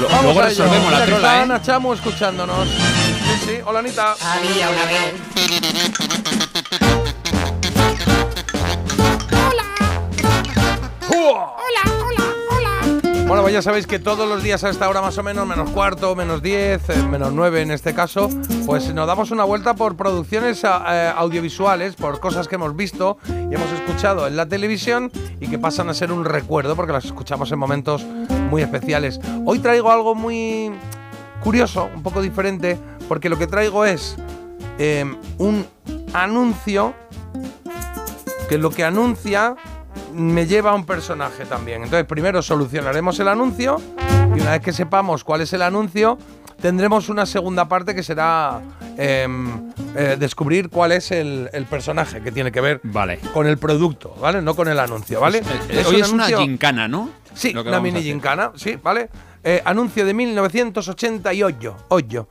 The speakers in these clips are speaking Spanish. Lo- Vamos luego a ello. resolvemos Mira la que trola, está ¿eh? Ana Chamu escuchándonos. Sí, sí. Hola, Anita. Había una vez. ¡Uah! Hola, hola, hola. Bueno, pues ya sabéis que todos los días a esta hora más o menos, menos cuarto, menos diez, eh, menos nueve en este caso, pues nos damos una vuelta por producciones a- eh, audiovisuales, por cosas que hemos visto y hemos escuchado en la televisión y que pasan a ser un recuerdo porque las escuchamos en momentos muy especiales. Hoy traigo algo muy curioso, un poco diferente, porque lo que traigo es eh, un anuncio que lo que anuncia me lleva a un personaje también. Entonces, primero solucionaremos el anuncio y una vez que sepamos cuál es el anuncio, tendremos una segunda parte que será em, eh, descubrir cuál es el, el personaje que tiene que ver Vale. con el producto, ¿vale? No con el anuncio, ¿vale? Eh, hoy un es una anuncio- gincana, ¿no? Sí, Lo que una vamos a mini hacer. gincana, sí, ¿vale? Eh, anuncio de 1988. Hoyo.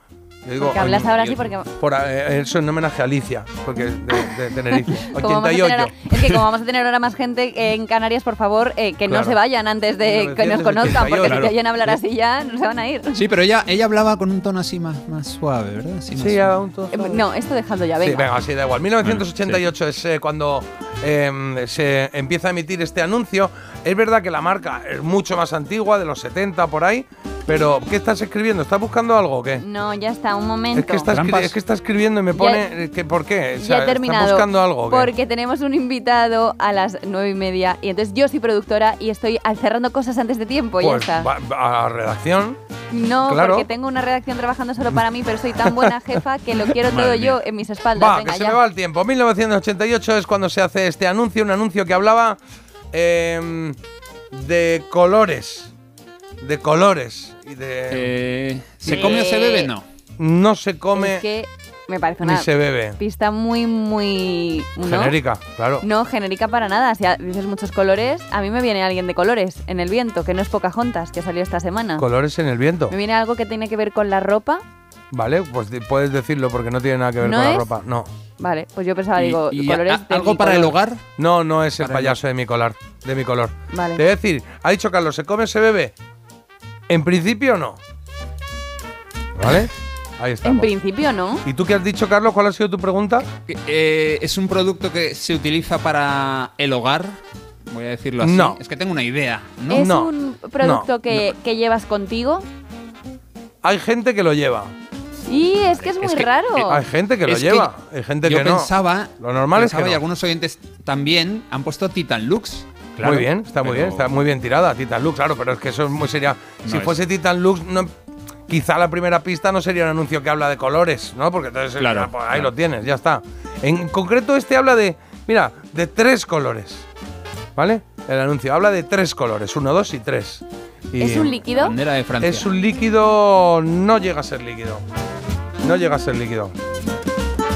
Yo digo, Porque hablas ay, ahora así porque. por, eh, eso en homenaje a Alicia, porque es de, de Tenerife. como vamos a 88. tener ahora- es que como vamos a tener ahora más gente en Canarias, por favor, eh, que Claro. no se vayan antes de que nos 1988, conozcan, porque si claro. te oyen hablar así ya, no se van a ir. Sí, pero ella, ella hablaba con un tono así más, más suave, ¿verdad? Así más Sí, suave. a un trozo. Eh, No, esto dejando ya, Sí, venga, sí, da igual. 1988 es eh, cuando eh, se empieza a emitir este anuncio. Es verdad que la marca es mucho más antigua, de los 70 por ahí, pero ¿qué estás escribiendo? ¿Estás buscando algo o qué? No, ya está, un momento. Es que, está escri- Trampas. es que está escribiendo y me pone... eh, que, ¿Por qué? O sea, ya he ¿estás terminado. buscando algo o qué? Porque tenemos un invitado a las nueve y media. Y entonces yo soy productora y estoy al- cerrando cosas antes de tiempo. ya Pues está. va- va a redacción. no, claro. porque tengo una redacción trabajando solo para mí, pero soy tan buena jefa que lo quiero todo Madre mía. yo en mis espaldas. Va, Venga, que se ya. me va el tiempo. 1988 es cuando se hace este anuncio, un anuncio que hablaba em, de colores. De colores. Y de. Eh, ¿Se come o se bebe? No. no se come Es que me parece ni una se bebe. pista muy, muy. ¿no? Genérica, claro. No, genérica para nada. Si ha- dices muchos colores, a mí me viene alguien de colores en el viento, que no es Pocahontas, que salió esta semana. Colores en el viento. me viene algo que tiene que ver con la ropa. Vale, pues di- puedes decirlo porque no tiene nada que ver ¿No con la es? ropa. No. Vale, pues yo pensaba, digo, Y- y colores. a- de ¿Algo mi para el color. hogar? No, no es el payaso de mi color. De mi color. Vale. Te voy a decir, ha dicho Carlos, ¿se come, se bebe? En principio no. ¿Vale? Ahí En estamos. principio, ¿no? ¿Y tú qué has dicho, Carlos? ¿Cuál ha sido tu pregunta? Eh, ¿Es un producto que se utiliza para el hogar? Voy a decirlo así. No. Es que tengo una idea, ¿no? ¿Es no, un producto no, que, que llevas contigo? Hay gente que lo lleva. Y es que es muy que- raro. eh, Hay gente que lo Es que lleva. Hay gente Yo que no. pensaba. Lo normal es que pensaba, no. y algunos oyentes también han puesto Titan Lux. claro, muy bien, está muy bien, pero- está muy bien tirada Titan Lux, claro, pero es que eso es muy seria. si es- fuese Titan Lux, no, quizá la primera pista no sería un anuncio que habla de colores, ¿no? Porque entonces Claro, ah, pues ahí claro. lo tienes, ya está. En concreto este habla de, mira, de tres colores, ¿vale? El anuncio habla de tres colores, uno, dos y tres. Y- ¿Es un líquido? Bandera de Francia. Es un líquido. No llega a ser líquido. No llega a ser líquido.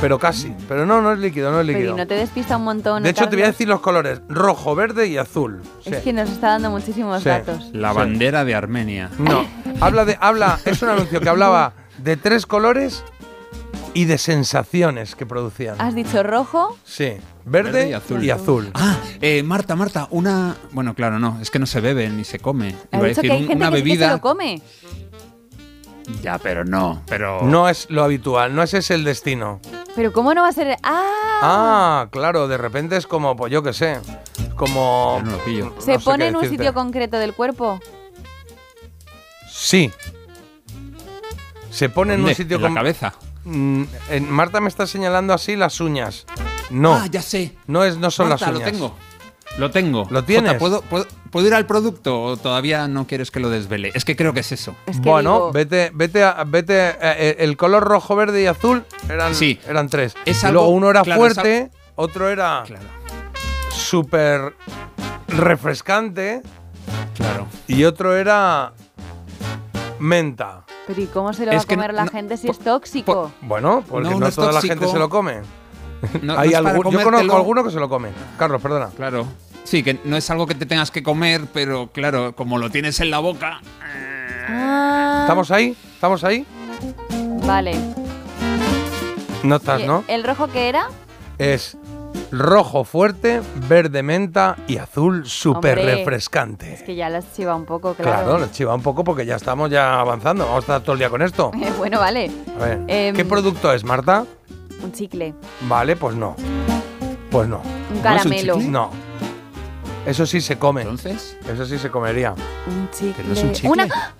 Pero casi. Pero no, no es líquido, no es Pero líquido. ¿y no te despista un montón. de hecho, te voy a Carlos? decir los colores: rojo, verde y azul. Es Sí. que nos está dando muchísimos Sí. datos. La bandera de Armenia. No. habla de. Habla. Es un anuncio que hablaba de tres colores y de sensaciones que producían. Has dicho rojo. Sí. Verde, Verde y azul. Y azul. Ah, eh, Marta, Marta, una. Bueno, claro, no, es que no se bebe ni se come. Has Iba a dicho decir que hay un- gente una que sí que bebida. se lo come. Ya, pero no. Pero. No es lo habitual, no ese es el destino. Pero ¿cómo no va a ser? ¡Ah! Ah, claro, de repente es como, pues yo qué sé, como... Yo no lo pillo. ¿Se no sé pone qué en un decirte. sitio concreto del cuerpo? Sí. Se pone en un ¿Dónde? sitio en la con- cabeza. Mm, en- Marta me está señalando así las uñas. No, Ah, ya sé. no es, no son Marta, las uñas. Lo tengo. Lo tengo. ¿Lo tienes? Jota, ¿puedo, puedo, puedo ir al producto o todavía no quieres que lo desvele? Es que creo que es eso. Es que Bueno, digo, vete, vete, a- vete. eh, eh, el color rojo, verde y azul eran, Sí. eran tres. Es y algo- luego uno era claro, es fuerte, otro era Claro, súper refrescante claro. y otro era menta. pero ¿y cómo se lo va Es a que comer no- la no- gente si por- es tóxico? Bueno, porque No, no, no es toda la tóxico. gente se lo come. No- no Hay es para algún- yo comértelo. conozco alguno que se lo come. Carlos, perdona. Claro. Sí, que no es algo que te tengas que comer, pero claro, como lo tienes en la boca. Ah, ¿Estamos ahí? ¿Estamos ahí? Vale. No estás, Y ¿no? eh, ¿El rojo qué era? es Rojo fuerte, verde menta y azul súper Hombre. refrescante. Es que ya las chiva un poco, Claro, claro. nos chiva un poco porque ya estamos ya avanzando. Vamos a estar todo el día con esto. bueno, vale. A ver, Em. ¿qué producto es, Marta? Un chicle, Vale, pues no. Pues no. un caramelo. chicle? No. Eso sí se come. Entonces, Eso sí se comería. Un chicle. ¿Pero es un chicle? Una-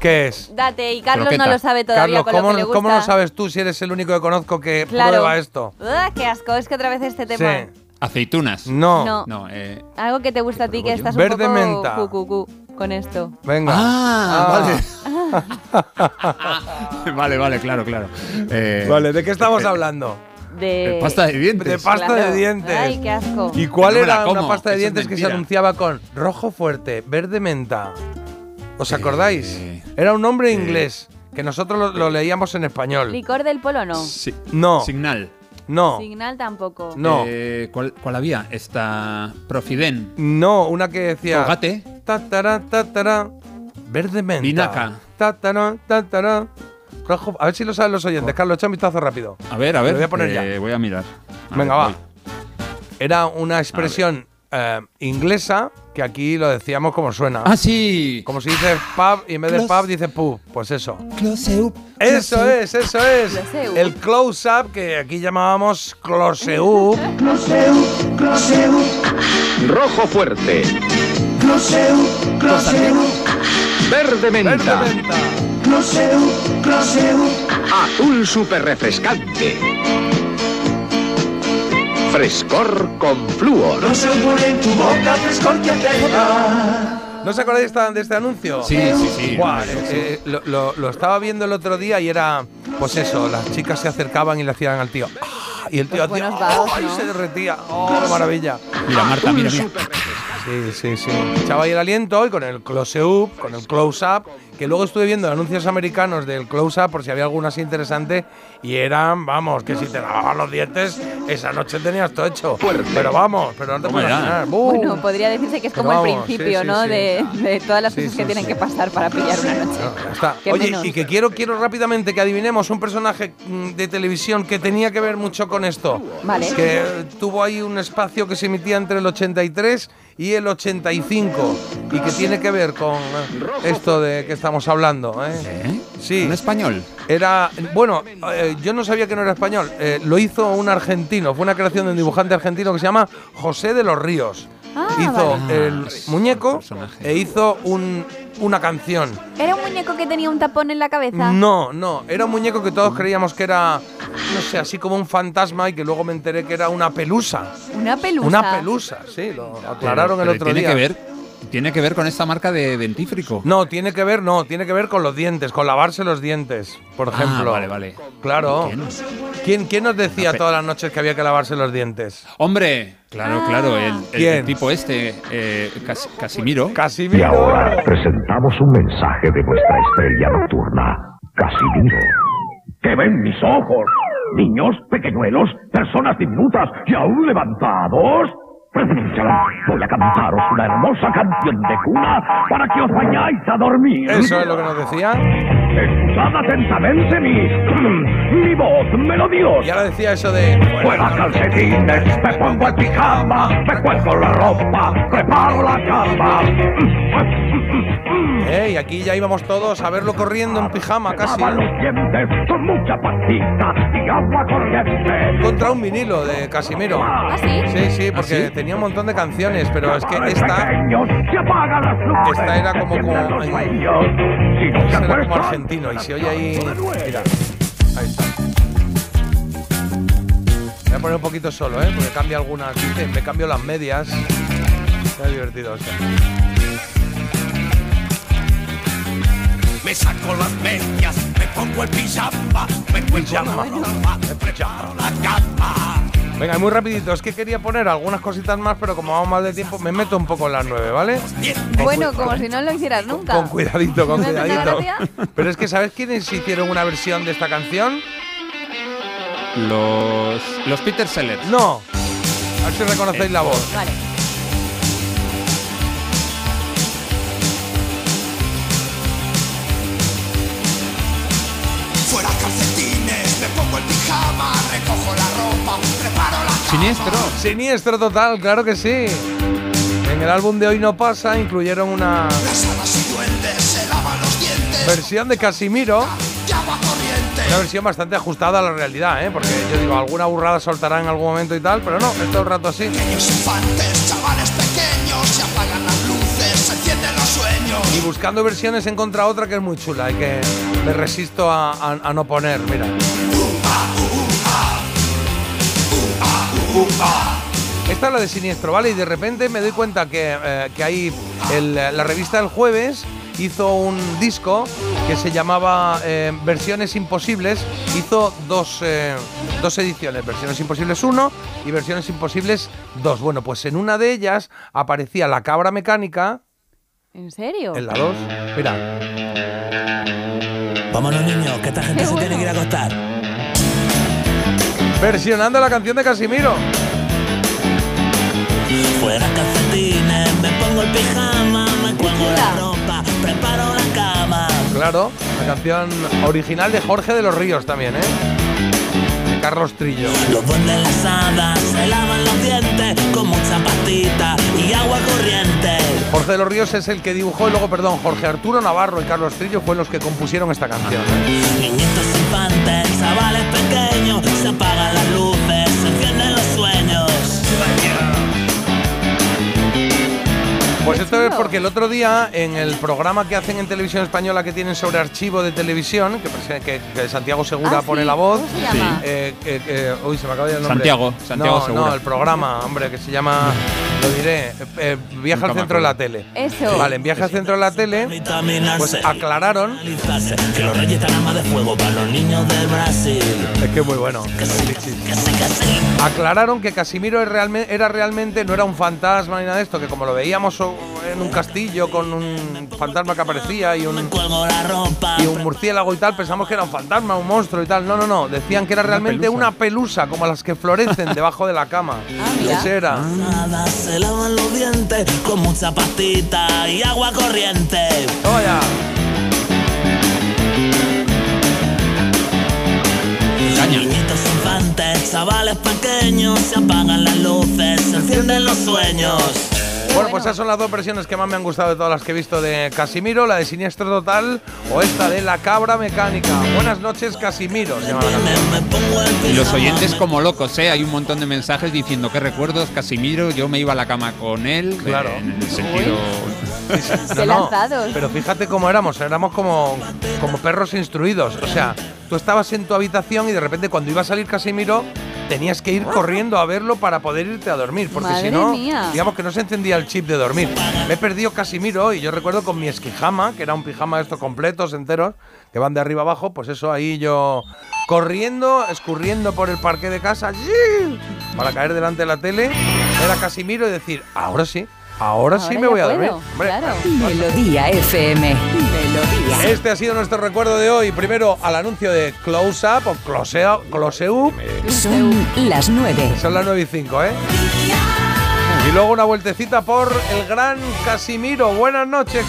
¿Qué es? Date, y Carlos no Croqueta. lo sabe todavía Carlos, con ¿cómo, lo que le gusta. cómo lo sabes tú si eres el único que conozco que Claro. prueba esto? Ah, qué asco, es que otra vez este tema. Sí. aceitunas. No. No. No, eh. Algo que te gusta a ti que ¿Qué estás pruebo yo? un Verde poco menta. cucucú con esto. Venga. Ah, Ah. vale. vale, vale, claro, claro. Eh, Vale, ¿de qué estamos hablando? De eh, Pasta de dientes. De pasta Claro. de dientes. Ay, qué asco. ¿Y cuál no me la era una como, pasta de eso es dientes que se mentira. anunciaba con rojo fuerte, verde menta? ¿Os Eh, acordáis? Era un nombre inglés que nosotros lo, lo leíamos en español. Licor del polo no. Sí. No, Signal. no, Signal tampoco. no, Eh, ¿cuál, cuál había? Esta. Profiden. no, una que decía. Fogate. Tatara, tatara, verde menta. Vinaca. Tatara, tatara, rojo. A ver si lo saben los oyentes. Carlos, echa un vistazo rápido. Oh. A ver, a ver. Lo voy a poner eh, Voy a mirar. A Venga, ver, va. voy. Era una expresión eh, inglesa que aquí lo decíamos como suena. Ah, sí. Como si dices pub y en vez de Close. pub dices pub. Pues eso. Close up. Eso es, eso es. Close up. El close-up que aquí llamábamos close-up. Rojo fuerte. Verde Verde menta. menta. Azul super refrescante. Frescor con flúor. ¿No os acordáis tan- de este anuncio? Sí, sí, sí. Buah, eh, eh, lo, lo- lo estaba viendo el otro día y era, pues eso, las chicas se acercaban y le hacían al tío. "Ah", y el tío Pues hacía. buenos vagos, "Ah", y ¿no? se derretía. ¡Oh, maravilla! Mira, Marta, mira, mira. Sí, sí, sí. Echaba ahí el aliento y con el close-up, con el close-up, que luego estuve viendo anuncios americanos del close-up por si había alguno así interesante y eran, vamos, que si te lavabas los dientes, esa noche tenías todo hecho. Pero vamos, pero no te ¿Cómo puedes era? imaginar. ¡Bum! Bueno, podría decirse que es Pero como el vamos, sí, principio, sí, ¿no? sí. De, de todas las Sí, cosas sí, que tienen sí. que pasar para pillar una noche. No, ya está. Qué Oye, menos. y que quiero, quiero rápidamente que adivinemos un personaje mm, de televisión que tenía que ver mucho con esto. Vale. Que eh, tuvo ahí un espacio que se emitía entre el 83 y el 85 y que tiene que ver con eh, esto de que estamos hablando. ¿eh? ¿Eh? Sí. ¿Un español? Era, bueno, eh, yo no sabía que no era español, eh, lo hizo un argentino, fue una creación de un dibujante argentino que se llama José de los Ríos. Ah, hizo vale. el Ah, es muñeco otro personaje. e hizo un- una canción. ¿Era un muñeco que tenía un tapón en la cabeza? No, no, era un muñeco que todos creíamos que era, no sé, así como un fantasma y que luego me enteré que era una pelusa. Una pelusa. Una pelusa, sí, lo aclararon Pero- el otro pero tiene día. Que ver, tiene que ver con esta marca de dentífrico. No, tiene que ver, no, tiene que ver con los dientes, con lavarse los dientes, por Ah, ejemplo. vale, vale. Claro. ¿Quién? ¿Quién, quién nos decía Una pe- todas las noches que había que lavarse los dientes? Hombre, claro, Ah. claro, el, el- ¿Quién? el tipo este, eh, Cas- Casimiro. Y Casimiro. ahora presentamos un mensaje de vuestra estrella nocturna, Casimiro. ¡Que ven mis ojos! Niños, pequeñuelos, personas diminutas y aún levantados. Voy a cantaros una hermosa canción de cuna para que os vayáis a dormir. Eso es lo que nos decía. Escuchad atentamente mi, mi voz Y melodiosa. ahora decía eso de. Fuera calcetines, me pongo el pijama, me cuelgo la ropa, preparo la cama. Eh, y aquí ya íbamos todos a verlo corriendo en pijama casi. Ah, Lava los dientes con mucha pastita y agua corriente. Contra un vinilo de Casimiro. ¿Ah, sí? Sí, sí, porque ¿Ah, sí? tenía un montón de canciones, pero Pues es que Para esta pequeños, se apagan las luces, esta era se como- tiemblan como- los ay, sueños. Si no se era como acuestan, argentino y se oye ahí. Mira, ahí está. eh. Voy a poner un poquito solo, ¿eh? Porque cambia algunas. dice, Me cambio las medias. Está divertido. o sea. Me saco las medias, me pongo el pijama, me cuelgo la Pijama. ropa, me preparo la cama. Venga, y muy rapidito. Es que quería poner algunas cositas más, pero como vamos mal de tiempo, me meto un poco en las nueve, ¿vale? Bueno, como si no lo hicieras nunca. Con cuidadito, con ¿No me hace cuidadito. gracia? Pero es que, ¿sabes quiénes hicieron una versión de esta canción? Los, los Peter Sellers. No. A ver si reconocéis la voz. Vale. Fuera calcetines, me pongo el pijama, recojo la ropa, preparo la cama. Sin Siniestro. Siniestro total, claro que sí. En el álbum de Hoy No Pasa incluyeron una Las hadas y duendes se lavan los dientes. versión de Casimiro, Llama corriente. una versión bastante ajustada a la realidad, ¿eh? porque yo digo, alguna burrada soltará en algún momento y tal, pero no, es todo el rato así. Pequeños infantes, chavales pequeños, se apagan las luces, se encienden los sueños. Y buscando versiones he encontrado otra que es muy chula y que me resisto a, a- a no poner, mira. Esta es la de Siniestro, ¿vale? Y de repente me doy cuenta que, eh, que ahí el- la revista El Jueves hizo un disco que se llamaba eh, Versiones Imposibles. Hizo dos, eh, dos ediciones, Versiones Imposibles 1 y Versiones Imposibles 2. Bueno, pues en una de ellas aparecía la cabra mecánica, ¿En serio? en la 2. Mira. Vámonos, niños, que esta gente Qué se bueno. Ah, tiene que ir a acostar. Versionando la canción de Casimiro. Fuera calcetines, me pongo el pijama, me cuelgo la ropa, preparo la cama. Claro, la canción original de Jorge de los Ríos también, ¿eh? De Carlos Trillo. Los duendes las hadas se lavan los dientes con mucha pastita y agua corriente. Jorge de los Ríos es el que dibujó y luego, perdón, Jorge Arturo Navarro y Carlos Trillo fueron los que compusieron esta canción. ¿eh? Niñitos infantes, chavales pequeños, se apagan las luces, se encienden los sueños. Pues esto es chulo. porque el otro día en el programa que hacen en televisión española que tienen sobre archivo de televisión, que, parece que, que Santiago Segura Ah, pone sí, la voz. ¿cómo se llama? eh, eh, eh, uy, se me acaba de ir el nombre. Santiago, Santiago no, No, Segura. el programa, hombre, que se llama, lo diré, eh, eh, Viaja Nunca al me centro de la acuerdo. tele. Eso. Vale, en Viaja al centro de la tele, pues Vitaminarse. aclararon analizarse, Que los reyes están armas de fuego para los niños del Brasil. Es que es muy bueno. Casi, casi. Aclararon que Casimiro es realme- era realmente, no era un fantasma ni nada de esto, que como lo veíamos o- en un castillo con un fantasma que aparecía y un, Cuelgo la ropa. y un murciélago y tal, pensamos que era un fantasma, un monstruo y tal. No, no, no. Decían que era realmente una pelusa, como las que florecen debajo de la cama. Ah, mira. Ese era. Nada, se lavan los dientes con mucha pastita y agua corriente. Toma ya. Niñitos infantes, chavales pequeños, se apagan las luces, se encienden los sueños. Bueno, pues esas son las dos versiones que más me han gustado de todas las que he visto de Casimiro, la de Siniestro Total o esta de La Cabra Mecánica. Buenas noches, Casimiro. se llama la canción. Me pongo el Y los pijama, oyentes me- como locos, ¿eh? Hay un montón de mensajes diciendo que recuerdos, Casimiro, yo me iba a la cama con él. Claro. En el sentido... Qué lanzados. Pero fíjate cómo éramos, éramos como, como perros instruidos. O sea, tú estabas en tu habitación y de repente cuando iba a salir Casimiro tenías que ir corriendo a verlo para poder irte a dormir, porque si Ah. Madre no, mía. digamos que no se entendía el chip de dormir. Me he perdido Casimiro hoy, yo recuerdo con mi esquijama, que era un pijama de estos completos, enteros, que van de arriba abajo, pues eso ahí yo corriendo, escurriendo por el parque de casa, ¡sí! para caer delante de la tele, era Casimiro y decir, ahora sí, ahora, sí Ahora me ya voy a puedo, dormir. Hombre, claro. Melodía FM. Melodía. Este ha sido nuestro recuerdo de hoy. Primero al anuncio de Close Up o Close Up. Close Up. Son las 9. Son las 9 y 5, ¿eh? Y luego una vueltecita por el gran Casimiro. Buenas noches,